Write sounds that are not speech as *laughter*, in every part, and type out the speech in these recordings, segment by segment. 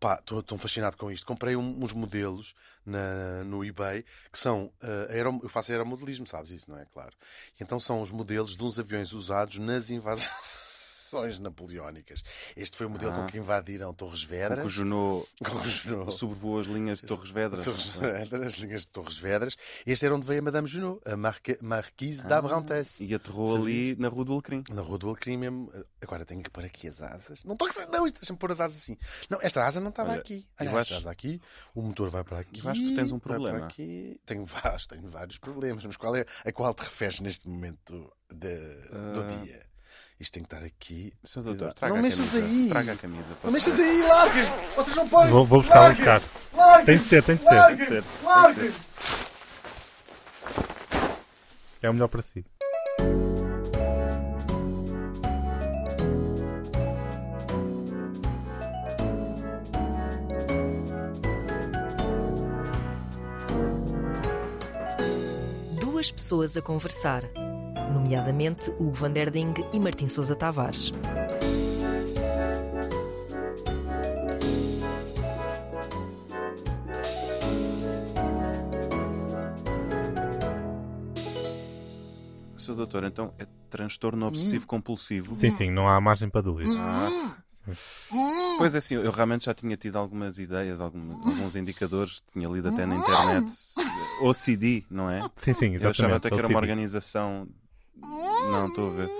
Pá, estou tão fascinado com isto. Comprei um- uns modelos na- no eBay que são. eh, aero- eu faço aeromodelismo, sabes isso, não é? Claro. E então são os modelos de uns aviões usados nas invasões *laughs* napoleónicas. Este foi o modelo com Ah. que invadiram Torres Vedras. Cujo no Cujo- sobrevoou as linhas Oh. de Torres Vedras. Torres Vedras, linhas de Torres Vedras. Este era onde veio a Madame Junot, a Marque- Marquise d'Abrantes. E aterrou Sabias? ali na Rua do Alecrim. Na rua do Alecrim mesmo. eh, Agora tenho que pôr aqui as asas. Não estou a Não, isto- deixa-me pôr as asas assim. Não, esta asa não estava Olha, aqui. eu Olha, esta acho- asa aqui. O motor vai para aqui. eu acho que tu tens um vai para problema. aqui. Tenho, vários, tenho vários problemas, mas qual é a qual te referes neste momento de- do Ah. dia? Isto tem que estar aqui. Senhor Cuidado. doutor, traga Não a mexas camisa. aí. Traga a camisa. por Não mexas favor. aí, larguem! Vocês não podem! Vou, vou buscar, vou Larguem! buscar. Larguem! Tem de ser, tem de ser, tem de Larguem! ser. Larguem! É o melhor para si. Duas pessoas a conversar, nomeadamente Hugo van der Ding e Martim Sousa Tavares. Senhor doutor, então é transtorno obsessivo compulsivo? Sim, sim, não há margem para dúvida. Ah. Pois é, sim, eu realmente já tinha tido algumas ideias, algum- alguns indicadores, tinha lido até na internet. OCD, não é? Sim, sim, Eu achava exatamente. até que era LCD. uma organização. Não, estou a ver.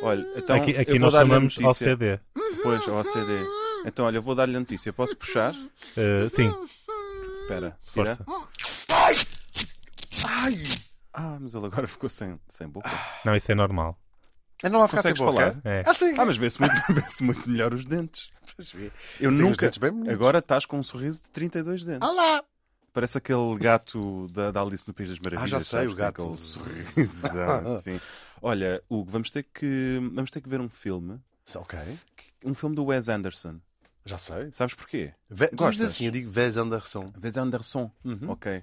Olha, então. aqui aqui eu vou nós dar-lhe a chamamos notícia. OCD. Pois, OCD. Então, olha, eu vou dar-lhe a notícia. Posso puxar? Eh, sim, Hum. Espera, tira. força. Ai! Ah, mas ele agora *laughs* ficou sem, sem boca. Não, isso é normal. Eu não vai ficar Ah, sem Consegues boca? falar? É. Ah, sim. Ah, mas vê-se muito, *laughs* vê-se muito melhor os dentes. Eu Tenho os nunca. dentes bem bonitos. Agora estás com um sorriso de 32 dentes. Olá! Parece aquele gato da, da Alice no País das Maravilhas. Ah, já sei, sabes? o Tem gato. aquele *laughs* sorrisão, sim. Olha, Hugo, vamos ter, que, vamos ter que ver um filme. Ok, Um filme do Wes Anderson. já sei. Sabes porquê? Ve diz Gostas? Uhum. assim, eu digo Wes Anderson. Wes Anderson. Ok.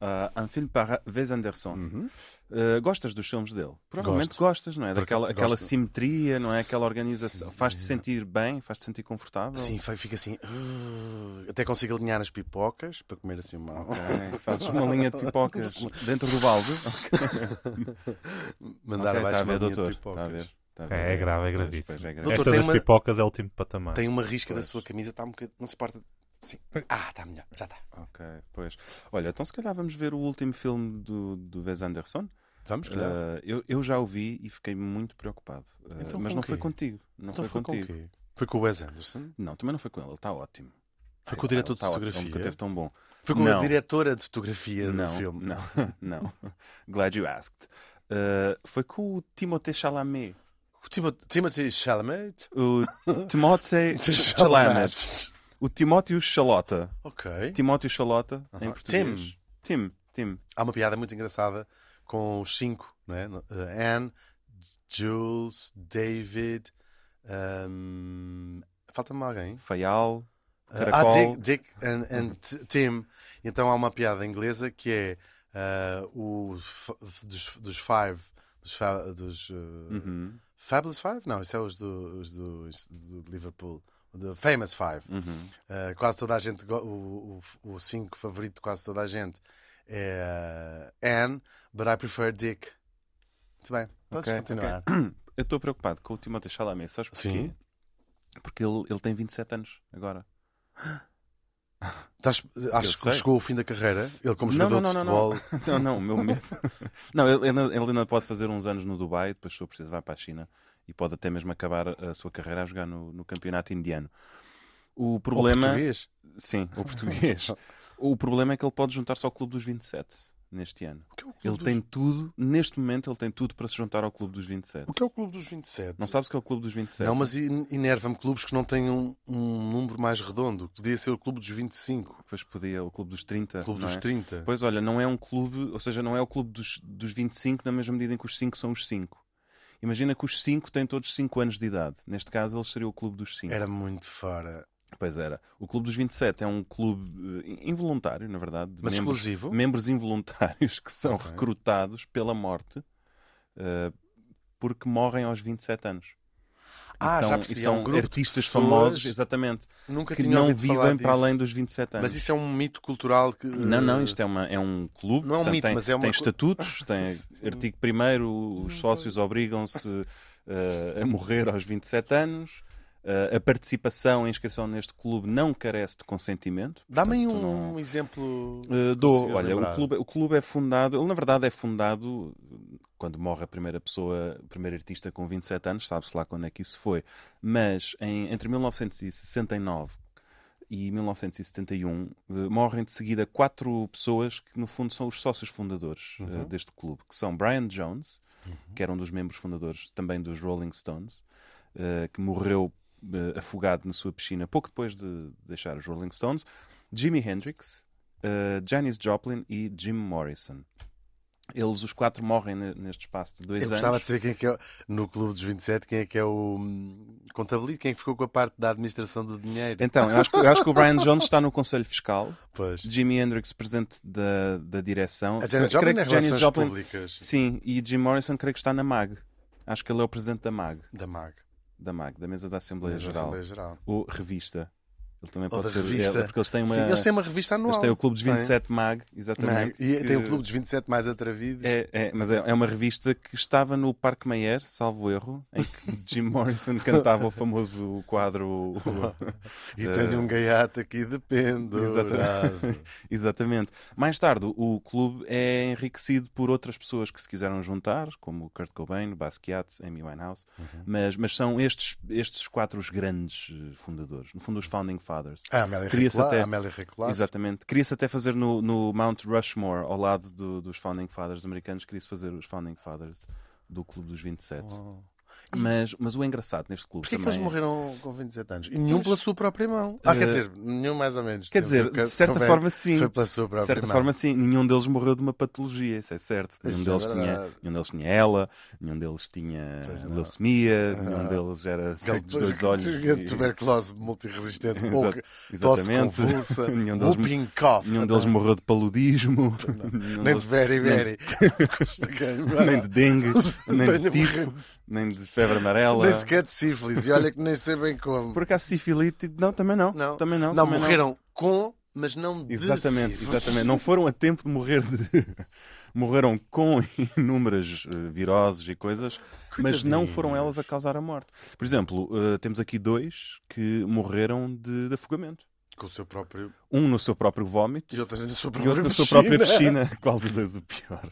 Ah, um filme para Wes Anderson. Uhum. Ah, gostas dos filmes dele? Provavelmente Gosto. gostas, não é? Daquela Porque aquela gosto. simetria, não é? Aquela organização. Faz-te sentir bem, faz-te sentir confortável. Sim, fa- fica assim. "Uh", até consigo alinhar as pipocas para comer assim mal. Ok, Fazes uma linha de pipocas dentro do balde. *laughs* Mandar Ok, abaixo tá uma a ver, linha doutor. de pipocas. Tá a ver. tá a ver. É, é grave, é Pois, gravíssimo. pois, é grave. Doutor, Esta tem das uma- pipocas é o último patamar. Tem uma risca da Pois. sua camisa, está um bocadinho. Não se porta. Sim. Ah, está melhor. Já está. Ok, pois. Olha, então se calhar vamos ver o último filme do, do Wes Anderson. Vamos, calhar. Ah, eu, eu já o vi e fiquei muito preocupado. Ah, Então mas com não o foi quê? contigo. Não então foi, foi, contigo. com o quê? Foi com o Wes Anderson? Não, também não foi com ele, ele está ótimo. Foi Ai, com o pá, diretor ele de tá ótimo, fotografia? Nunca teve tão bom. Foi com a Não. diretora de fotografia não, do filme. *laughs* Não, não. Glad you asked. Ah, foi com o Timothée Chalamet. O Timo- Timothy *laughs* Chalamet. O *laughs* Timothée Chalamet. O Timóteo Chalota. Ok. Timóteo Chalota, em Aham. português. Tim. Tim. Há uma piada muito engraçada com os cinco, não é? Eh, Anne, Jules, David. ahm, Falta-me alguém. Faial. Ah, Caracol. Dick, Dick and, and T- Tim. Então há uma piada inglesa que é ah, o f- dos, dos Five. Dos, fa- dos, ah, Uhum, Fabulous Five? Não, isso é os do, os do, os do Liverpool. The Famous Five. uhum. Uh, quase toda a gente, go- o 5 o, cinco favorito de quase toda a gente é uh, Anne, but I prefer Dick. Muito bem, podes Ok, continuar. *clears throat* Eu estou preocupado com o Timothée Chalamet, sabes porquê? Sim. Porque ele, ele tem 27 anos agora. Estás- acho Eu que sei. chegou o fim da carreira. Ele, como Não, jogador não, de não, não, futebol, *laughs* Não, não, o meu medo. Não, ele, ele ainda- ele ainda pode fazer uns anos no Dubai, depois se eu precisar vai para a China e pode até mesmo acabar a sua carreira a jogar no, no campeonato indiano. O ou problema. português. Sim, o *laughs* português. o problema é que ele pode juntar-se ao Clube dos 27 neste ano. O que é o Clube Ele dos- tem tudo, neste momento, ele tem tudo para se juntar ao Clube dos 27. O que é o Clube dos 27? Não sabes o que é o Clube dos 27? Não, mas in- enerva-me clubes que não têm um, um número mais redondo. Podia ser o Clube dos 25, Depois podia o Clube dos 30. o Clube não dos é? 30. Pois olha, não é um clube, ou seja, não é o clube dos, dos 25 na mesma medida em que os 5 são os 5. Imagina que os 5 têm todos 5 anos de idade. Neste caso, eles seriam o clube dos 5. Era muito fora. Pois era. O clube dos 27 é um clube eh, involuntário, na verdade, de Mas membros, exclusivo? membros involuntários que são Ok. recrutados pela morte eh, porque morrem aos 27 anos. Ah, e são, já e percebi, é são um grupo de artistas pessoas famosos, exatamente, Nunca que tinha não ouvido falar vivem para disso. além dos 27 anos. Mas isso é um mito cultural que. eh, Não, não, isto é, uma- é um clube. Não é um portanto, mito, tem, mas é uma tem co- *laughs* estatutos, tem artigo 1, os sócios obrigam-se eh, a morrer aos 27 anos. eh, a participação e inscrição neste clube não carece de consentimento. Dá-me aí portanto, um tu não- exemplo. Uh, que dou, consigas olha, lembrar. o clube, o clube é fundado, ele na verdade é fundado uh, quando morre a primeira pessoa, o primeiro artista com 27 anos, sabe-se lá quando é que isso foi, mas em- entre 1969 e 1971 uh, morrem de seguida quatro pessoas que no fundo são os sócios fundadores uh, deste clube, que são Brian Jones, que era um dos membros fundadores também dos Rolling Stones, eh, que morreu eh, afogado na sua piscina pouco depois de deixar os Rolling Stones, Jimi Hendrix, eh, Janis Joplin e Jim Morrison. Eles, os quatro, morrem ne- neste espaço de dois Eu anos. gostava de saber quem é que é, no Clube dos 27, quem é que é o hum, contabilista, quem é que ficou com a parte da administração do dinheiro. Então, eu acho, que, eu acho que o Brian Jones está no *laughs* Conselho Fiscal, Pois. Jimi Hendrix, presidente da, da direção. A Janet Cre- creio Joplin é que Janis Relações Joplin- Públicas Sim, e Jim Morrison creio que está na MAG. Acho que ele é o presidente da MAG, da MAG, da MAG, da mesa da Assembleia da Geral. Assembleia Geral. Ou revista. Ele também Ou pode da ser. revista. é, porque eles têm uma. Sim, eles têm uma revista anual. Eles têm o Clube dos Têm. 27 MAG, exatamente. Não é? E tem o que Clube dos 27 mais atravidos. É, é, mas é, é uma revista que estava no Parque Mayer, salvo erro, em *laughs* que Jim Morrison cantava o famoso quadro. *laughs* E eh, tenho um gaiato aqui de pendurado. *laughs* Exatamente. Mais tarde, o clube é enriquecido por outras pessoas que se quiseram juntar, como Kurt Cobain, Basquiat, Amy Winehouse, Uhum. mas, mas são estes, estes quatro os grandes eh, fundadores, no fundo, os Founding Fathers. A Amélia Queria-se Recolá- até- a Amélia Recolá. Exatamente. Queria-se até fazer no, no Mount Rushmore, ao lado do- dos Founding Fathers americanos, queria-se fazer os Founding Fathers do Clube dos 27. Oh. Mas, mas o engraçado neste clube Porquê que também... eles é- morreram com 27 anos? E nenhum Pois. pela sua própria mão. Ah, quer Eh, dizer, nenhum mais ou menos. Quer Temos o dizer, Kurt de certa Cobain, forma sim. Foi pela sua própria De certa mão. forma sim. Nenhum deles morreu de uma patologia, isso é certo. Nenhum, Isso é deles, tinha, verdade. nenhum deles tinha ela, nenhum deles tinha Pois não. leucemia, Ah. nenhum deles era Aquele cego dos dois olhos. e- *laughs* Tuberculose *laughs* multiresistente ou Exato- tosse Exatamente. convulsa, *laughs* Nenhum deles- whooping cough. é? Nenhum deles morreu de paludismo. *laughs* Nem nenhum deles- de very, nem very. *laughs* é, *laughs* nem de dengue, nem de Tenho tifo, nem de febre amarela. Nem sequer de sífilis. E olha que nem sei bem como. Por acaso sifilite, não, também não. Não, também não. Não, também morreram com, mas não de Exatamente, sífilis. exatamente. Não foram a tempo de morrer de... *laughs* Morreram com *laughs* inúmeras eh, viroses e coisas, mas não foram elas a causar a morte. Por exemplo, eh, temos aqui dois que morreram de, de afogamento. Com o seu próprio. Um no seu próprio vómito E outras na sua e própria outro na sua piscina. própria piscina. *laughs* Qual dos dois o pior?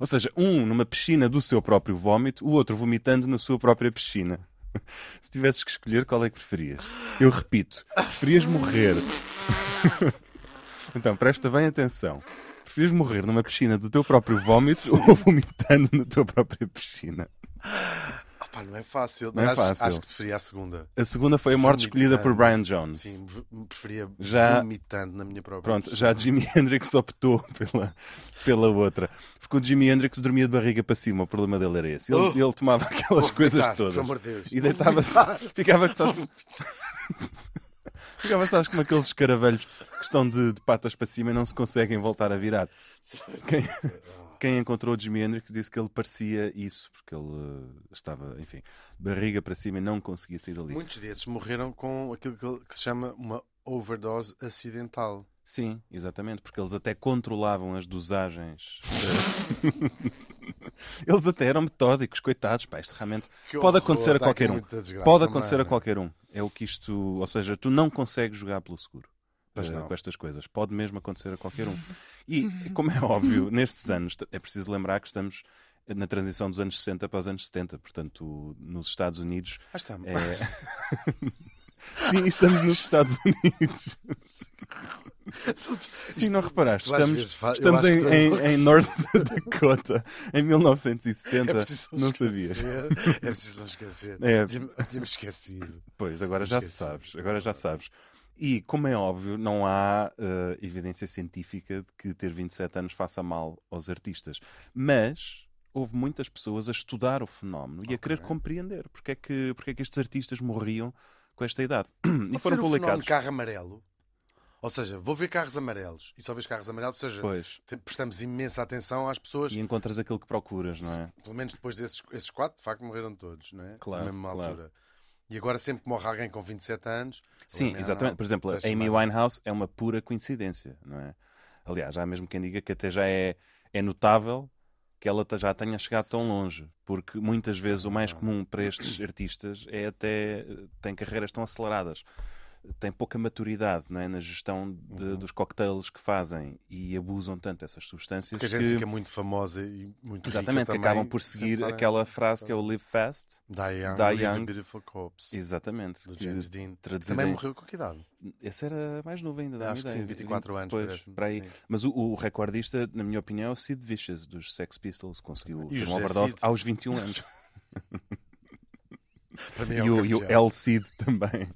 Ou seja, um numa piscina do seu próprio vómito, o outro vomitando na sua própria piscina. *laughs* Se tivesses que escolher, qual é que preferias? Eu repito, preferias morrer. *laughs* Então, presta bem atenção. Preferias morrer numa piscina do teu próprio vómito ou vomitando na tua própria piscina? Ah, pá, não é fácil. Não é Acho- fácil. Acho que preferia a segunda. A segunda foi a morte escolhida por Brian Vomitando. Jones. Sim, v- preferia Já- vomitando na minha própria. Pronto, piscina. já Jimi *laughs* Hendrix optou pela, pela outra. Porque o Jimi Hendrix dormia de barriga para cima, o problema dele era esse. Ele, Oh! ele tomava aquelas Vou coisas vomitar, todas. Pelo amor de Deus. *laughs* E deitava-se. Ficava só. *laughs* Ficava só como aqueles escaravelhos que estão de, de patas para cima e não se conseguem voltar a virar. Quem, *laughs* quem encontrou o Jimi Hendrix disse que ele parecia isso, porque ele eh, estava, enfim, barriga para cima e não conseguia sair dali. Muitos desses morreram com aquilo que- que se chama uma overdose acidental. Sim, exatamente, porque eles até controlavam as dosagens. eh, *laughs* eles até eram metódicos, coitados, pá, isto realmente Que pode horror, acontecer a dá qualquer aqui um. muita desgraça, Pode acontecer a mano. qualquer um. É o que isto, ou seja, tu não consegues jogar pelo seguro. Pois eh, não. Com estas coisas. Pode mesmo acontecer a qualquer um. *laughs* E, como é óbvio, nestes anos t- é preciso lembrar que estamos na transição dos anos 60 para os anos 70. Portanto, nos Estados Unidos Ah, está. *laughs* é... Sim, estamos nos Estados Unidos. Sim, não reparaste. tu às Estamos, vezes fa- eu estamos acho em, que tu- em, em North *laughs* Dakota, em É 1970. preciso não esquecer. sabias. É preciso não esquecer. É. Tinha- Tínhamos esquecido. Pois, agora já Esqueci. sabes. Agora já sabes. E, como é óbvio, não há eh, evidência científica de que ter 27 anos faça mal aos artistas. Mas houve muitas pessoas a estudar o fenómeno e a querer compreender porque é, que, porque é que estes artistas morriam com esta idade. *clears throat* E Pode foram ser o fenómeno publicados. carro amarelo. Ou seja, vou ver carros amarelos e só vejo carros amarelos. Ou seja, Pois. te- prestamos imensa atenção às pessoas. E encontras aquilo que procuras, não é? Pelo menos depois desses esses quatro, de facto, morreram todos, não é? Claro, Na mesma claro. altura. E agora sempre que morre alguém com 27 anos... Sim, lembra, exatamente. não, Por exemplo, a parece Amy mais- Winehouse é uma pura coincidência, não é? Aliás, há mesmo quem diga que até já é, é notável que ela ta- já tenha chegado tão longe, porque muitas vezes o mais comum para estes artistas é até eh, têm carreiras tão aceleradas, têm pouca maturidade não é? na gestão de- Uhum. dos cocktails que fazem e abusam tanto dessas substâncias Porque a gente fica muito famosa e muito exatamente rica que também, acabam por seguir sempre- Então, aquela frase que é o live fast. Die Young, Die Live a Young. Beautiful Corpse. Exatamente. Do que James Dean. traduzida Também é em- morreu com que idade? Esse era mais novo ainda, dá-me Acho que ideia. sim, 24 anos, Pois, parece-me, para aí. sim. Mas o, o recordista, na minha opinião, é o Sid Vicious dos Sex Pistols. Conseguiu E o ter uma José overdose Cid. É *laughs* aos 21 anos. Para mim é e, o, e o campeão. El Cid também.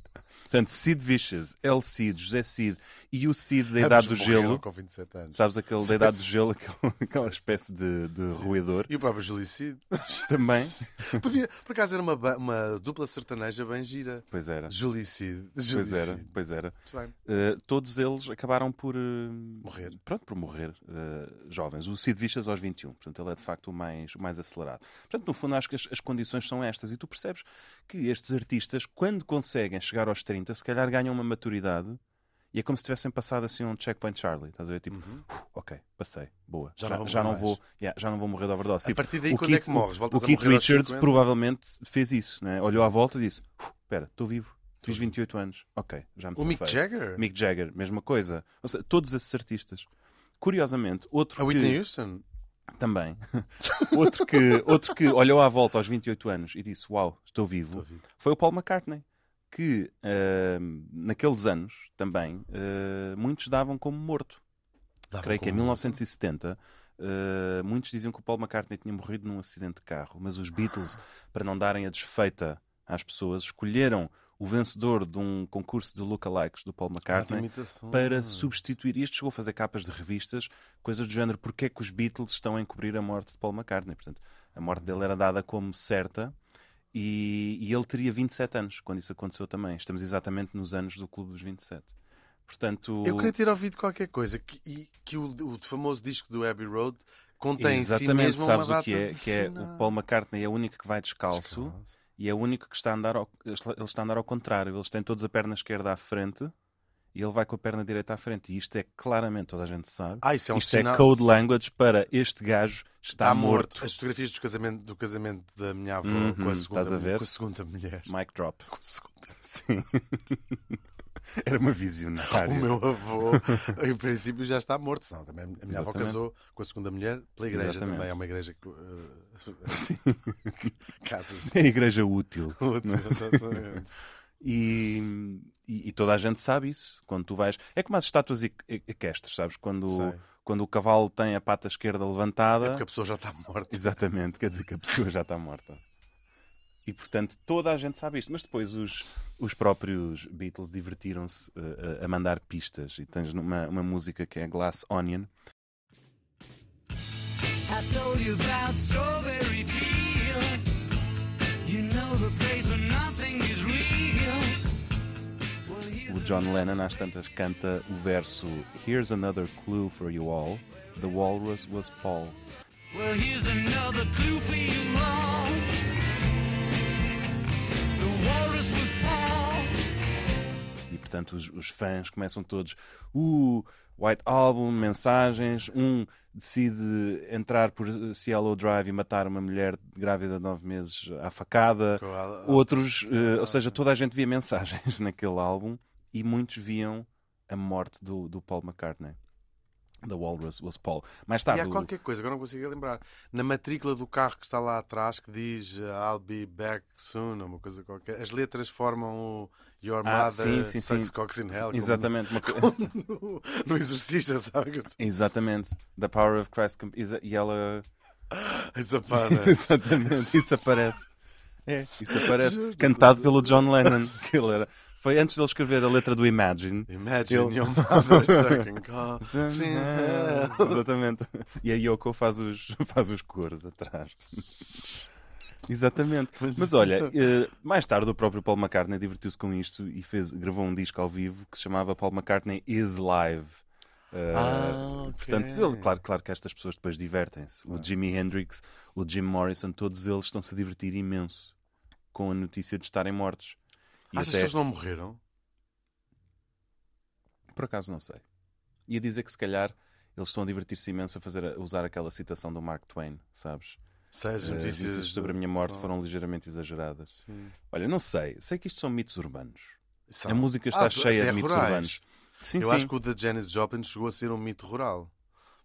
Portanto, Sid Vicious, El Cid, José Cid e o Cid da Ambos Idade do morreram Gelo. Com 27 anos. Sabes aquele da Sim, Idade do sim. Gelo, aquele- aquela espécie de, de roedor. E o próprio Julicid. *laughs* Também. *laughs* Podia, por acaso era uma, ba- uma dupla sertaneja bem gira. Pois era. Julicid. Tá. Pois Julicid. era, pois era. Muito bem. Uh, todos eles acabaram por uh, Morrer. Pronto, por morrer uh, jovens. O Sid Vicious aos 21, portanto, ele é de facto o mais, o mais acelerado. Portanto, no fundo, acho que as, as condições são estas e tu percebes que estes artistas, quando conseguem chegar aos 30, se calhar ganham uma maturidade e é como se tivessem passado assim um checkpoint Charlie, estás a ver? Tipo, Uhum. "Uf, ok, passei, boa, Hum. Já não vou não morrer vou, mais." yeah, já não vou morrer de overdose. A partir daí, Tipo, o quando é que o- morres? O Voltas a Keith morrer aos Richards 50? provavelmente fez isso, né? olhou à volta e disse: "Uf, espera, estou vivo. Fiz 28 anos, ok, já me O Mick safei." Jagger? Mick Jagger, mesma coisa. Ou seja, todos esses artistas. Curiosamente, outro A É Whitney que, Houston? também, *laughs* outro, que, outro que olhou à volta aos 28 anos e disse: Uau, estou vivo, vivo. foi o Paul McCartney. Que ah, naqueles anos também ah, muitos davam como morto. Dava Creio que é em como- 1970 ah, muitos diziam que o Paul McCartney tinha morrido num acidente de carro, mas *sighs* os Beatles, para não darem a desfeita às pessoas, escolheram o vencedor de um concurso de lookalikes do Paul Ah, de McCartney imitação. é? para substituir isto. Chegou a fazer capas de revistas, coisas do género. Porquê que os Beatles estão a encobrir a morte de Paul McCartney? Portanto, a morte dele era dada como certa e, e ele teria 27 anos quando isso aconteceu também. Estamos exatamente nos anos do Clube dos 27. Portanto, Eu queria ter ouvido qualquer coisa que, e, que o, o famoso disco do Abbey Road contém em si exatamente assim mesmo sabes uma o que data é? de Que é o sinais. Paul McCartney é o único que vai descalço, Descalço. e é o único que está a andar ao, ele está a andar ao contrário. Eles têm todos a perna esquerda à frente. E ele vai com a perna direita à frente. E isto é claramente, toda a gente sabe. Ah, isso é um Isto sinal. é code language para este gajo está, Está morto. As fotografias do casamento, do casamento da minha avó Uhum, com, a segunda, estás a ver? com a segunda mulher. Mic drop. *laughs* Com a segunda- *laughs* Sim. Era uma O visionária. meu avô, em princípio, já está morto. Senão, também a minha avó Exatamente. casou com a segunda mulher pela igreja Exatamente. também. É uma igreja que. uh, *laughs* *laughs* Casas. *laughs* É a igreja útil. Exatamente. E, e- e toda a gente sabe isso. Quando tu vais. É como as estátuas e- e- equestres, sabes? Quando, Sei. quando o cavalo tem a pata esquerda É levantada. porque a pessoa já está morta. Exatamente, quer dizer que a pessoa já está morta. E portanto toda a gente sabe isto, mas depois os, os próprios Beatles divertiram-se eh, a- a mandar pistas. E tens uma, uma música que é Glass Onion, I told you about strawberry fields. You know the place where nothing is real. Well, here's O John Lennon às tantas canta o verso Here's another clue for you all. The walrus was Paul. Well, here's another clue for you all. The walrus was Paul. E portanto os, os fãs começam todos Uh, White Album, mensagens. Um decide entrar por eh, Cielo Drive e matar uma mulher grávida de nove meses à facada. Com a- Outros, eh, ou seja, toda a gente via mensagens *laughs* naquele álbum e muitos viam a morte do, do Paul McCartney. The Walrus was Paul. Mais E tarde, há o- qualquer coisa, agora não consigo lembrar. Na matrícula do carro que está lá atrás, que diz uh, I'll be back soon, ou uma coisa qualquer. As letras formam o Your Ah, Mother sim, sim, Sucks sim. Cocks in Hell. como Exatamente. Uma... co- No, no- *laughs* no Exorcista, sabe? Exatamente. The Power of Christ. com- is- E *laughs* ela. Essa *laughs* pana. Exatamente. Isso aparece. É, isso aparece. Juro. Cantado pelo John Lennon. *laughs* que ele era- Foi antes de ele escrever a letra do Imagine. Imagine Ele- your mother sucking cocks *laughs* in hell. Exatamente. E a Yoko faz os, *laughs* faz os coros atrás. Exatamente. Mas olha, eh, mais tarde o próprio Paul McCartney divertiu-se com isto e fez, gravou um disco ao vivo que se chamava Paul McCartney Is Live. Eh, Ah, ok. Portanto, ele- claro, claro que estas pessoas depois divertem-se. O Jimi Hendrix, o Jim Morrison, todos eles estão-se a divertir imenso com a notícia de estarem mortos. E Achas que até- eles não morreram? Por acaso não sei. Ia dizer que se calhar eles estão a divertir-se imenso a, fazer, a usar aquela citação do Mark Twain, sabes? Sei, as Eh, notícias, sobre a minha morte são- foram ligeiramente exageradas. Sim. Olha, não sei. Sei que isto são mitos urbanos. São. A música está Ah, cheia até de mitos rurais. urbanos. Sim, Eu sim. acho que o da Janis Joplin chegou a ser um mito rural.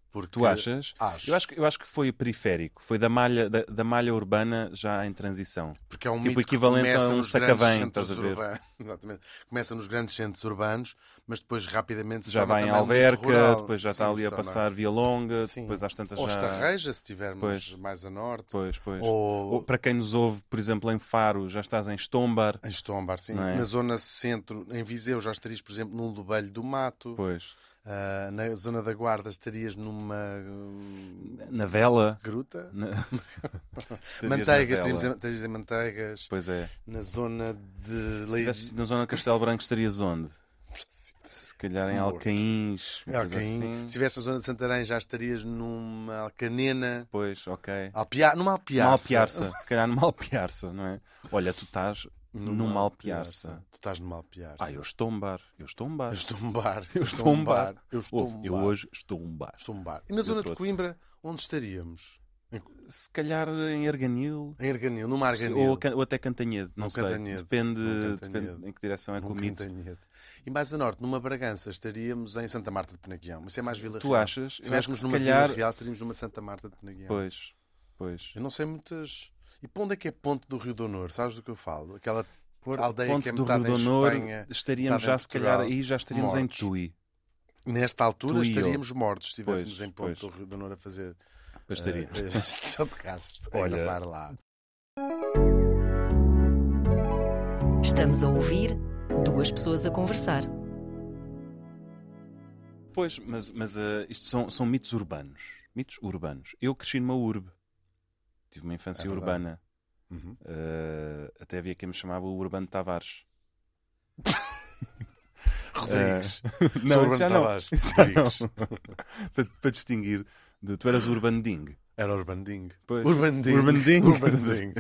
Porque... Tu achas? Acho. Eu acho, que- eu acho que foi periférico. Foi da malha, da, da malha urbana já em transição. Porque é um Tipo, mito que equivalente começa a um nos sacavém, grandes estás centros a ver? urbanos. *laughs* Exatamente. Começa nos grandes centros urbanos, mas depois rapidamente se Já torna vai em também um mito Alverca, rural. depois já Sim, está ali se a torna. passar Via Longa, Sim. depois às tantas Ou já... Estarreja, se estivermos Pois. mais a norte. Pois, pois. Ou, Ou, para quem nos ouve, por exemplo, em Faro, já estás em Estombar. em Estombar, sim. Não é? Na zona centro, em Viseu, já estarias, por exemplo, num Lobelho do Mato. Pois. Ah, na zona da Guarda, estarias numa hum, *laughs* Na vela. gruta. Na... Hum. Estarias Manteigas, na estarias em, vela. estarias em Manteigas. Pois é. Na zona de... Se estivesse na zona de Castelo Branco, estarias *laughs* onde? Se calhar em Morto. Alcaíns. uma coisa Alcaim. assim. Ah, Se estivesse na zona de Santarém, já estarias numa Alcanena. Pois, ok. Alpia... Numa Alpiarça. Malpiarça. Se calhar no Malpiarça, não é? Olha, tu estás no Malpiarça. Tu estás numa Alpiarça. Ah, eu estou um bar. Eu estou um bar. Eu estou um bar. Eu estou um bar. Eu estou Ouve, um eu bar. hoje estou um bar. Estou um bar. E na zona de trouxe. Coimbra, onde estaríamos? Se calhar em Arganil. Em Arganil, numa Arganil. Ou, can- ou até Cantanhede, não Num sei. Cantanhede. Depende, Num depende Cantanhede. em que direção é que o Nunca mito. tenho medo. E mais a norte, numa Bragança, estaríamos em Santa Marta de Penaguião. Mas isso é mais Vila Tu Real. achas? Se Eu acho que estivéssemos se numa calhar. Vila Real, estaríamos numa Santa Marta de Penaguião. Pois, pois. Eu não sei muitas. E para onde é que é Ponte do Rio do Honor? Sabes do que eu falo? Aquela Por aldeia Ponte que é do Rio metade do em Honor, Espanha, estaríamos metade já, em se calhar, Portugal, aí já estaríamos mortos. em Tui. Nesta Tu altura e eu. estaríamos mortos se estivéssemos Pois, em Ponte pois. do Rio do Honor a fazer Pois eh, estaríamos. *laughs* este podcast, a Olha. eh, gravar lá. Estamos a ouvir duas pessoas a conversar. Pois, mas, mas eh, isto são, são mitos urbanos. Mitos urbanos. Eu cresci numa urbe. Tive uma infância É verdade. urbana. Uhum. Eh, até havia quem me chamava o Urbano *laughs* Tavares. *laughs* Rodrigues. Não, Sou isso Urbano já não. Tavares. *laughs* Isso já Rodrigues. não. *laughs* para, para distinguir. De, tu eras o Urban Ding. Era Urban Ding. Pois. Urban Ding. Urban Ding. Urban *laughs* Ding.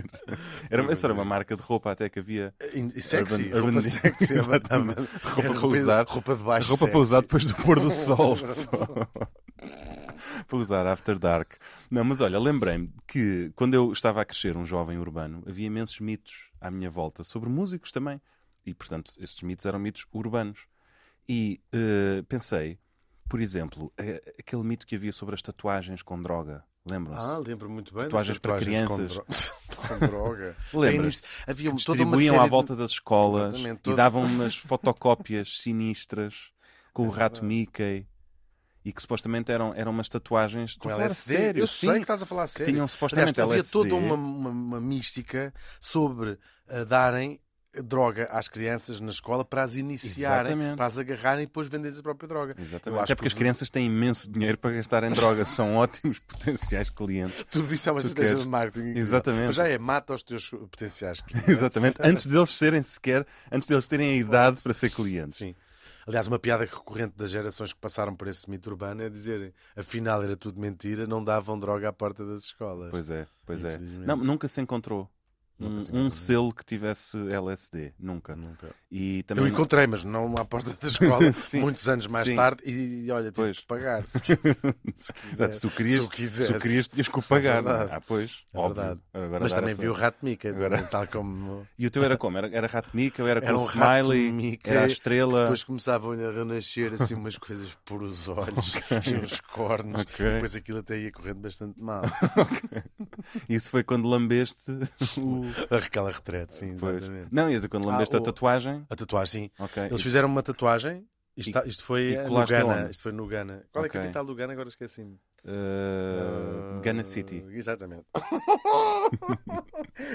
Era, Urban essa era uma Ding. marca de roupa até que havia. E sexy. Urban- Urban roupa Ding. sexy. *laughs* Exatamente. Roupa Era para usar. Roupa de baixo roupa para sexy. usar depois do pôr *laughs* do sol. só. para usar after dark. Não, mas olha, lembrei-me que quando eu estava a crescer, um jovem urbano, havia imensos mitos à minha volta sobre músicos também. E, portanto, estes mitos eram mitos urbanos. E eh, pensei, por exemplo, eh, aquele mito que havia sobre as tatuagens com droga. Lembram-se? Ah, lembro-me muito bem. das Tatuagens para tatuagens Com, dro- *laughs* com droga. Lembras? Bem, nisso Havia um- que toda uma distribuíam série à de- volta das escolas Exatamente, e todo- *laughs* davam umas fotocópias sinistras com É o rato Mickey e que supostamente eram, eram umas tatuagens com Estou a falar a LSD. sério, Eu sei sim, que estás a falar a sério. tinham Aliás, supostamente havia LSD. toda uma, uma- uma mística sobre ah, darem droga às crianças na escola para as iniciarem, Exatamente. para as agarrarem e depois venderem a própria droga. Exatamente. Eu acho Até porque que as os- crianças têm imenso dinheiro para gastar em droga, são *laughs* ótimos potenciais clientes. Tudo isto é uma Tu estratégia queres. de marketing. Exatamente. Mas já é, mata os teus *laughs* potenciais é? clientes. Exatamente, antes deles serem sequer, antes deles terem a idade para ser clientes. Sim. Aliás, uma piada recorrente das gerações que passaram por esse mito urbano é dizerem afinal era tudo mentira, não davam droga à porta das escolas. Pois é, pois é. Infelizmente. Não, nunca se encontrou Nunca um, se um encontrou. selo que tivesse LSD, nunca. Nunca. E também Eu encontrei, mas não à porta da escola, *laughs* Sim. muitos anos mais Sim. tarde, e olha, tive Pois. que pagar. Se *laughs* quis- se Exato, quisesse. se tu querias, Se eu quisesse. se tu querias tinhas que o pagar. É verdade. não é? ah, pois, É óbvio. verdade. *laughs* Agora Mas dar também essa- vi o Rato Mica, Agora- também, tal como E o teu era como? Era, era rato mica, ou era com Era um rato smiley, Mickey era a que estrela. depois começavam a renascer assim umas coisas por os *laughs* olhos e uns cornos, Ok. e depois aquilo até ia correndo bastante *laughs* mal. Isso foi quando lambeste o. Aquela retrete, sim, Pois. exatamente. Ah, Não, ias a quando lambeste o- a tatuagem. A tatuagem, sim. Ok. Eles E- fizeram uma tatuagem. E- Isto, tá- isto foi e eh, no colaste Ghana. onde? Isto foi no Ghana. Qual é a Ok. capital do Ghana? Agora esqueci-me. Uh, Ghana Ah, City. Exatamente. *laughs* *laughs*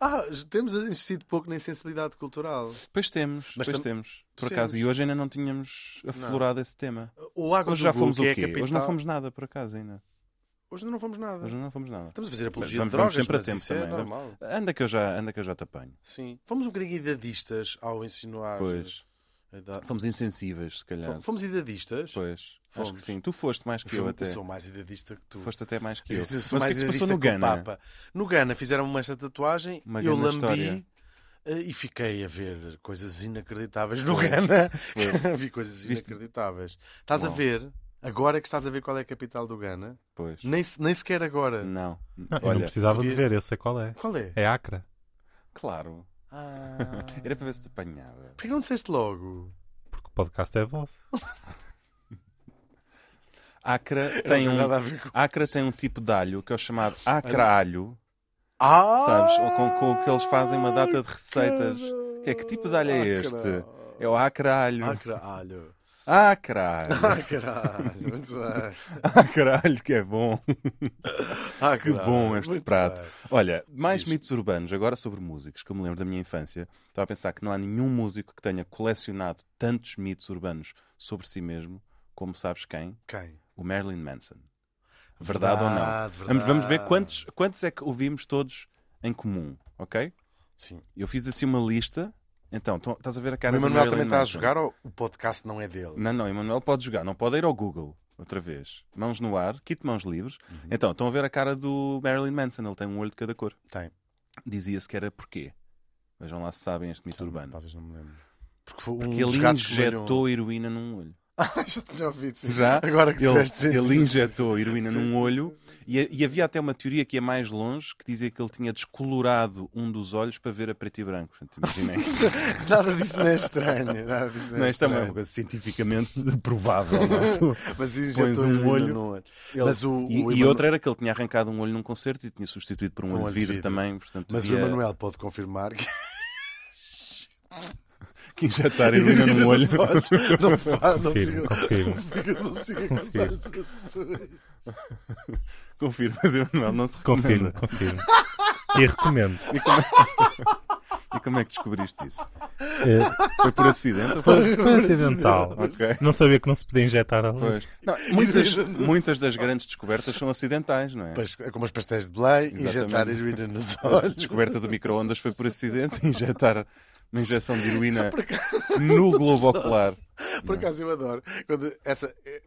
ah, temos insistido pouco na insensibilidade cultural. Depois temos, Mas depois tam- temos. Por Sim, acaso, mas- e hoje ainda não tínhamos aflorado esse tema. O Água Hoje do já Gu, fomos o que é quê? a capital... Hoje não fomos nada, por acaso, ainda. Hoje não fomos nada. Hoje não fomos nada. Estamos a fazer apologia Vamos- de vamos drogas, sempre a mas tempo isso é também, não é? normal. Anda que eu já, anda que eu já te apanho. Sim. Fomos um bocadinho idadistas ao insinuar. Pois. a idade. Fomos insensíveis, se calhar. Fomos idadistas? Pois, acho que Fomos. sim. Tu foste mais que eu Fui- até. sou mais idadista que tu. Foste até mais que eu. Eu Mas sou o que é mais que se passou idadista no que o Ghana? Papa. No Ghana fizeram uma esta tatuagem, Uma eu grande lambi história. eh, e fiquei a ver coisas inacreditáveis no Ghana. Foi. *laughs* Vi coisas Viste? inacreditáveis. Estás a Uau. ver, agora que estás a ver qual é a capital do Ghana, Pois. nem, se- nem sequer agora. Não. Não, eu não Olha, precisava podias- de ver, eu sei qual é. Qual é? É Acra. claro. Ah. *laughs* Era para ver se te apanhava. Porquê que não disseste logo? Porque o podcast é *laughs* vosso. Acra Não tem um nada a ver com. Acra tem um tipo de alho que é o chamado acra-alho, Ah! sabes? Ou com, com o que eles fazem uma data de receitas. Que é que tipo de alho é este? É o acra-alho. Ah, caralho. Acra-alho. Ah, caralho. Muito bem. Acra-alho que é bom. Ah, Que caralho. bom este Muito prato. bem. Olha, mais Diz. mitos urbanos, agora sobre músicos, que eu me lembro da minha infância. Estava a pensar que não há nenhum músico que tenha colecionado tantos mitos urbanos sobre si mesmo, como sabes quem? Quem? O Marilyn Manson. Verdade, ou não? Verdade, Vamos, vamos ver verdade. quantos, quantos é que ouvimos todos em comum, ok? Sim. Eu fiz assim uma lista. Então, tão- estás a ver a cara o do Emanuel também Marilyn está a Manson? jogar ou o podcast não é dele? então. Não, não, Emanuel pode jogar, não pode ir ao Google outra vez. Mãos no ar, kit mãos livres. Uhum. Então, estão a ver a cara do Marilyn Manson, ele tem um olho de cada cor. Tem. Dizia-se que era porquê. Vejam lá se sabem este mito Então, urbano. Talvez não me lembro. Porque foi Porque um dos ele gatos que molhou- *laughs* injetou heroína num olho. Ah, já tinha ouvido, sim. *laughs* Já? Agora que Ele, disseste sim, ele sim, sim, injetou heroína sim, num sim, olho E, e havia até uma teoria que ia mais longe que dizia que ele tinha descolorado um dos olhos para ver a preto e branco. Portanto, *laughs* imaginem. sim. *laughs* Nada disso não é estranho. Nada disso não, é isto também é estranho. uma coisa cientificamente *laughs* provável. não é? Tu- Mas Pões injetou um um olho. olho no olho. Mas o, E, o e Emanuel- outra era que ele tinha arrancado um olho num concerto e tinha substituído por um olho de vidro também. Portanto, Mas o devia Emanuel pode confirmar que que injetar *laughs* heroína num olho. nos olhos *laughs* não faz. Não Confirmo, fica- confirmo. não fica não fica com os olhos azuis. Confirmo, mas o Emanuel não se Confirmo, recomenda. confirmo. E recomendo. E como, é... e como é que descobriste isso? Eh, Foi por acidente *laughs* ou foi? foi, foi acidental. Ok. Não sabia que não se podia injetar ali. Pois. Não, muitas, Heroína no muitas das grandes descobertas são acidentais, não é? Pas- Como os pastéis de Belém, injetar Exatamente. heroína *laughs* nos A olhos. descoberta do micro-ondas foi por acidente *laughs* injetar uma injeção de heroína no globo ocular. Por acaso eu adoro. Quando essa, eh,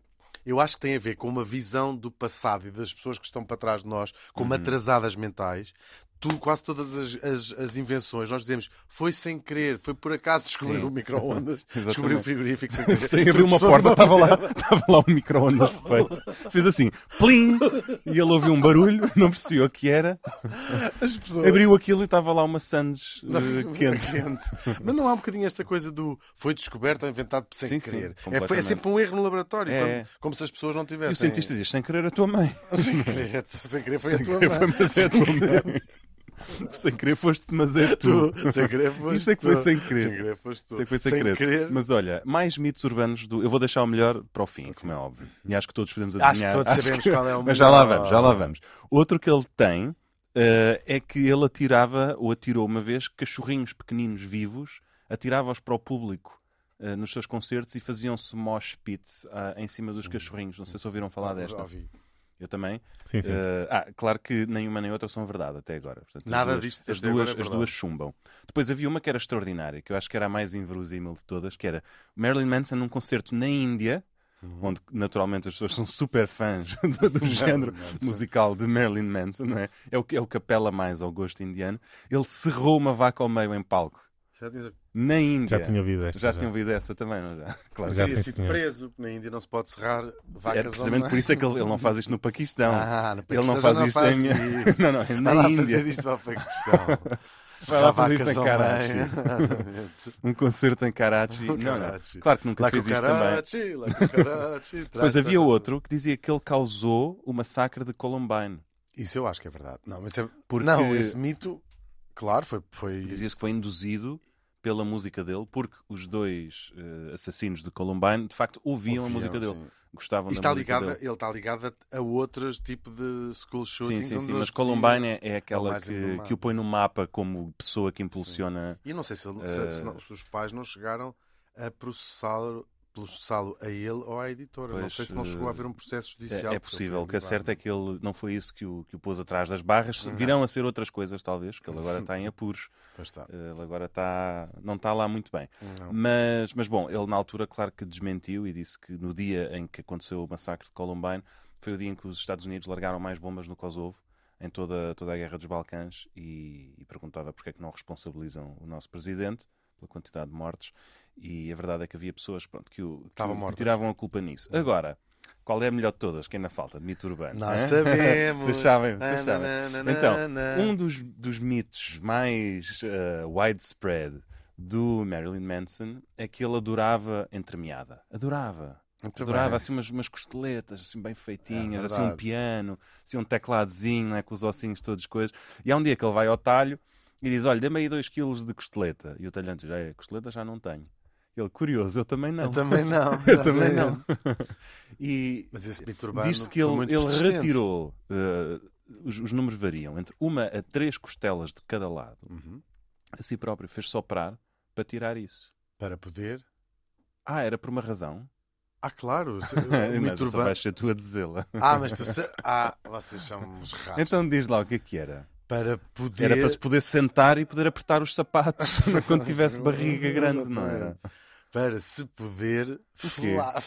eu acho que tem a ver com uma visão do passado e das pessoas que estão para trás de nós, como Uhum. atrasadas mentais. Tu, quase todas as, as- as invenções, nós dizemos foi sem querer, foi por acaso descobrir Sim. o *laughs* micro-ondas, Exatamente. descobrir o frigorífico *laughs* sem querer. Sem abrir uma Tropeçou porta, numa estava lá, estava lá um micro-ondas feito. Fez assim, plim, e ele ouviu um barulho, não percebeu o que era, As pessoas. abriu aquilo e estava lá uma Sandes Não, eh, quente. *laughs* quente. Mas não há um bocadinho esta coisa do foi descoberto ou inventado sem Sim, sim, querer. é, foi- é completamente. sempre um erro no laboratório, É. quando- como se as pessoas não E tivessem. o cientista diz, sem querer a tua mãe. Sem querer, sem querer foi a Sem tua *laughs* querer mãe. foi, mas é a tua mãe. *laughs* Sem querer foste, mas é tu. tu. Sem querer foste Isto é que foi tu. sem querer. Sem querer foste tu. Sei que foi sem, querer. Mas olha, mais mitos urbanos do. Eu vou deixar o melhor para o fim, como é óbvio. E acho que todos podemos adivinhar. Acho que *laughs* todos sabemos qual é o Mas já lá melhor. vamos, já lá vamos. Outro que ele tem eh, é que ele atirava, ou atirou uma vez, cachorrinhos pequeninos vivos, atirava-os para o público eh, nos seus concertos e faziam-se mosh pit ah, em cima dos cachorrinhos. Não sei se ouviram falar Já desta. ouvi. Eu também. Sim, sim. Eh, ah, claro que nenhuma nem outra são verdade até agora. Portanto, as Nada duas- disto As até agora duas, é as verdade. duas chumbam. Depois havia uma que era extraordinária, que eu acho que era a mais inverosímil de todas, que era Marilyn Manson num concerto na Índia, onde naturalmente as pessoas são super fãs *laughs* do, do género Manson. musical de Marilyn Manson, não é? É o, que- é o que apela mais ao gosto indiano. Ele cerrou uma vaca ao meio em palco, Já tinha na Índia. Já tinha ouvido esta. Já tinha ouvido essa também, não é? já? *laughs* Claro. Já. tinha sim, sido senhor. preso, porque na Índia não se pode serrar vacas É precisamente por isso é que ele, ele não faz isto no Paquistão. *laughs* Ah, no ele Paquistão não faz já não isto faz em... isso. *laughs* Não, não, é Vai na lá Índia. fazer isto para a Paquistão. Vai lá fazer isto em Karachi. *laughs* Karachi. Um concerto em Karachi. Em Não, não. Um Karachi. Claro que nunca Lá fez com isto também. Karachi, lá com *laughs* Karachi. Depois Trata- havia outro que dizia que ele causou o massacre de Columbine. Isso eu acho que é verdade. Não, mas é... Porque- não esse mito, claro, foi. foi... Dizia-se que foi induzido pela música dele, porque os dois eh, assassinos de Columbine de facto ouviam, a Ouviam, música dele. sim. Gostavam E da está música ligado, dele. ele está ligado a outros tipo de school Sim, shootings. sim, onde sim, eles mas diziam- Columbine é, é aquela mais um que, emblemático. que o põe no mapa como pessoa que impulsiona. E eu não sei se, ele- Eh, se- se não- se os pais não chegaram a processá-lo processá-lo a ele ou à editora. não Pois, sei se não chegou a haver um processo judicial. É, é porque possível, o que é certo ele é que ele não foi isso que o, que o pôs atrás das barras. Virão a ser outras coisas, talvez, que ele agora *laughs* está em apuros. Pois está. Ele agora está, não está lá muito bem. Não. Mas, mas bom, ele na altura, claro que desmentiu e disse que no dia em que aconteceu o massacre de Columbine foi o dia em que os Estados Unidos largaram mais bombas no Kosovo em toda, toda a Guerra dos Balcãs e, e perguntava porque é que não responsabilizam o nosso presidente pela quantidade de mortes. E a verdade é que havia pessoas pronto, que, o, que Estavam o- que mortas. tiravam a culpa nisso. Agora, qual é a melhor de todas? Quem ainda falta? De mito urbano. Nós hein? *laughs* sabemos. Vocês sabem, vocês sabem. Então, um Então, dos, dos mitos mais eh, widespread do Marilyn Manson é que ele adorava entremeada. Adorava. adorava assim umas, umas costeletas assim bem feitinhas, É assim um verdade. piano, assim um tecladozinho né, com os ossinhos todos coisas. E há um dia que ele vai ao talho e diz: Olha, dê-me aí 2 kg de costeleta. E o talhante diz: "Ei, Costeleta já não tenho. Ele, curioso, eu também *laughs* não. Eu também não. Eu também não. *laughs* e Mas esse mito urbano Diz-se que foi ele, muito ele persistente. retirou, eh, os, os números variam, entre uma a três costelas de cada lado, Uhum. a si próprio fez soprar para tirar isso. Para poder. Ah, era por uma razão? Ah, claro. *laughs* se- O Mas é mito essa urbano. vais ser tu a dizê-la. Ah, mas tu se... Ah, vocês são os ratos. Então diz lá o que é que era. para poder. Era para se poder sentar e poder apertar os sapatos é? quando tivesse barriga grande, não é? era? Para se poder. quê? Falar...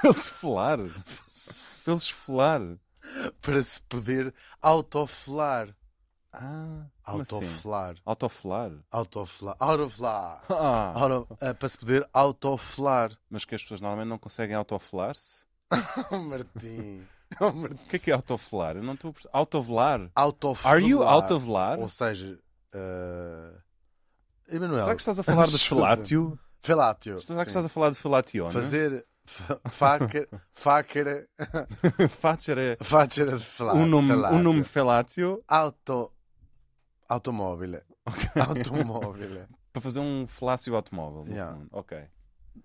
Para se folar. Para eles folar. *laughs* para se poder autoflar. Ah, como assim? Autoflar. Autoflar. Autoflar. Autoflar. Ah, Auto... ah, para se poder *laughs* autoflar. mas que as pessoas normalmente não conseguem autoflar-se? Oh, Martim. Oh, Martim. O que é que é autoflar? Eu não estou a perceber. Autovelar? Autoflar. Are you autovelar? Ou seja. ah, Emanuel. Será que estás a falar *laughs* de Ajuda-me. felatio? Felatio. Será que Sim. estás a falar é? de felatione? *laughs* Fazer. fa- Faca, *laughs* facara, Facer é facara, fla, um nome, felatio. um nome felatio Auto, automóvel, automóvel, para fazer um felácio automóvel. no Yeah. fundo. Ok.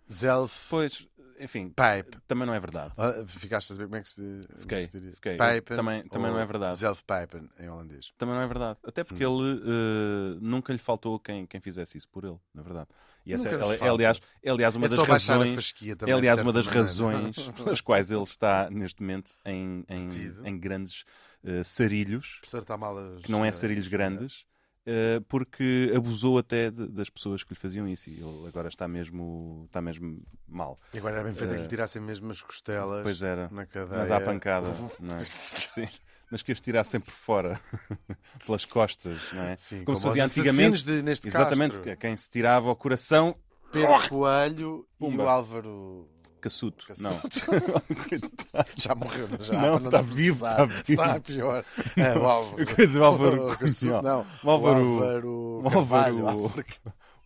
self Pois, enfim, pipe. também não é verdade. Ah, Ficaste a saber como é que se, como Fiquei, é que se diria? fiquei. Pijpen Também- também ou não é verdade. Zelfpijpen em holandês. Também não é verdade. Até porque Hum. ele eh, nunca lhe faltou quem, quem fizesse isso por ele, na verdade. E essa é, Nunca lhes é, aliás, é, aliás, uma é das só baixar a razões. fasquia É, também. aliás, de uma das certa *laughs* maneira. razões pelas quais ele está neste momento em, em, Detido. em grandes eh, sarilhos Portanto, está tá mal as- que não é sarilhos grandes, eh, porque abusou até de- das pessoas que lhe faziam isso e ele agora está mesmo, está mesmo mal. E agora era bem feito é que Eh, lhe tirassem mesmo as costelas Pois era, na cadeia. mas à pancada, Uhum. não *laughs* é? Sim. Mas que as tirar sempre fora, *laughs* pelas costas, não é? Sim, como se os fazia assassinos antigamente. De, neste Exatamente, Castro. que quem se tirava ao coração, Pedro Coelho Pumba. e o Álvaro. caçuto. Caçuto. Não. *laughs* Já morreu, não é? já. Não, para tá te vivo, processar. tá vivo. Está pior. É, o Álvaro. Eu queria dizer o Álvaro O Cunhal. Caçudo, não. O O Álvaro- o Álvaro. Álvaro- Carvalho, o Álvaro-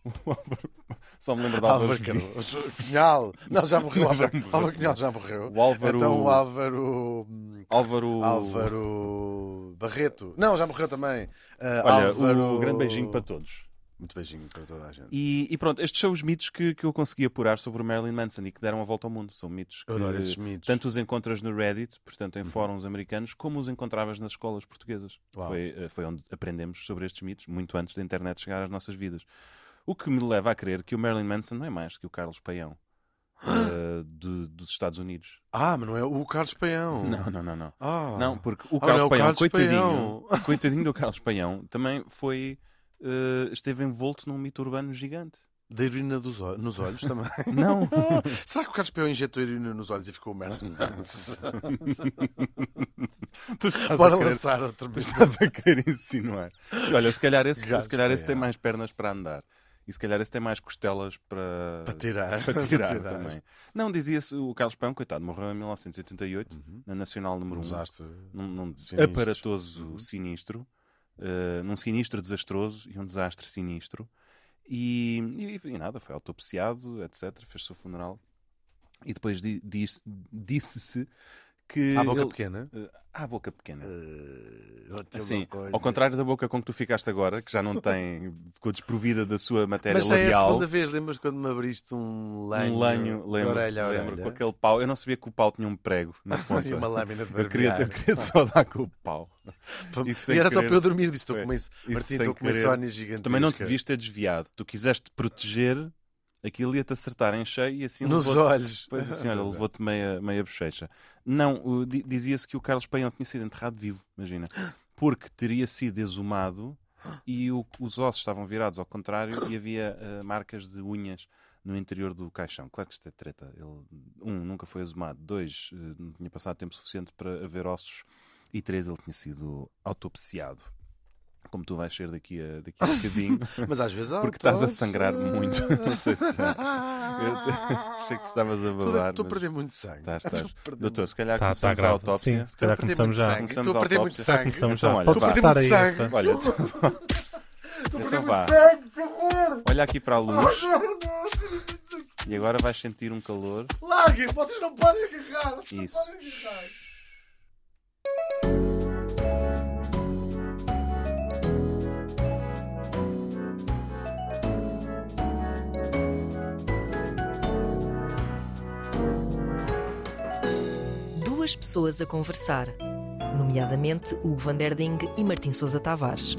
*laughs* O Álvaro- Só me lembro de Álvaro. Álvaro Carvalho. Cunhal. Não, já morreu. o Não, *laughs* já Álvaro morreu. Álvaro Cunhal já morreu. O Álvaro- Então o Álvaro. hum, Álvaro. Álvaro Barreto. Não, já morreu também. Ah, Olha, Álvaro- um grande beijinho para todos. Muito beijinho para toda a gente. E, e pronto, estes são os mitos que, que eu consegui apurar sobre o Marilyn Manson e que deram a volta ao mundo. São mitos que Eu adoro esses mitos. Eh, Uhum. tanto os encontras no Reddit, portanto em fóruns americanos, como os encontravas nas escolas portuguesas. Uau. Foi, eh, foi onde aprendemos sobre estes mitos, muito antes da internet chegar às nossas vidas. O que me leva a crer que o Marilyn Manson não é mais que o Carlos *gasps* Paião eh, de- dos Estados Unidos. Ah, mas não é o Carlos Peão. Não, não, não, não. Ah. Não, porque o Ah, Carlos não, o Paião, Carlos coitadinho, Paião. *laughs* coitadinho do Carlos Paião, também foi, eh, esteve envolto num mito *laughs* urbano gigante. Da heroína dos ol- nos olhos também. Não. *laughs* Será que o Carlos Peão injetou heroína nos olhos e ficou merda? Tu estás a Bora querer- lançar outro Tu mês. estás a querer insinuar. Se, Olha, se calhar esse, Gajo se calhar esse tem paião. mais pernas para andar. E se calhar esse tem mais costelas para, Para tirar. *laughs* para *laughs* tirar Para tirar. também. Não, dizia-se o Carlos Pão, coitado, morreu em 1988, na Nacional Um número 1. Num, num Uhum. Sinistro. Uhum. aparatoso sinistro. eh, num sinistro desastroso e um desastre sinistro. E, e- e nada, foi autopsiado, etc. Fez seu funeral. E depois di- disse- disse-se que. À boca ele- pequena. eh, à boca pequena. Sim, Assim, ao contrário da boca com que tu ficaste agora, que já não *laughs* tem, ficou desprovida da sua matéria Mas já é a labial. segunda vez, lembras quando me abriste um lenho, um lenho, de lembro, orelha a lembro, orelha? com aquele pau. Eu não sabia que o pau tinha um prego na *laughs* ponta. E uma lâmina de eu, queria, eu barbear. *laughs* queria só dar com o pau. Pam. isso sem E era só querer. para eu dormir, disse, estou com uma ins- Isso Martim, sem estou com uma querer. insónia gigantesca. Também não te devias ter desviado. Tu quiseste proteger, aquilo ia-te acertar em cheio e assim Nos levou-te- olhos. *laughs* Pois assim, olha, Pois é. levou-te meia, meia bochecha. Não, o- di- dizia-se que o Carlos Paião tinha sido enterrado vivo, imagina. Porque teria sido exumado e o- os ossos estavam virados ao contrário e havia eh, marcas de unhas no interior do caixão. Claro que isto é treta. Ele, um, nunca foi exumado. Dois, eh, não tinha passado tempo suficiente para haver ossos e três, ele tinha sido autopsiado. Como tu vais ser daqui a, daqui a bocadinho, *laughs* Mas às vezes há porque estás a autópsia. sangrar muito. *laughs* Não sei se *laughs* já. Eu achei que estavas a Estou a- babar. é Estou a mas- perder muito *laughs* sangue. Estás, Tá, estás. Estou a perder Doutor, muito- se calhar Tá- tá começamos a grave. autópsia. Sim, se Estou a calhar perder muito começamos já. sangue. Começamos Estou a a perder muito autópsia. sangue. Começamos Então, já. olha, Podes vá. cortar aí Estou a perder muito essa. sangue. *laughs* Olha, então, Estou a perder então muito vá. sangue, por favor. Olha aqui para a luz Larguem, e agora vais sentir um calor. vocês não podem agarrar. Vocês Isso. não podem agarrar. Duas pessoas a conversar, nomeadamente Hugo Van Der Ding e Martim Sousa Tavares.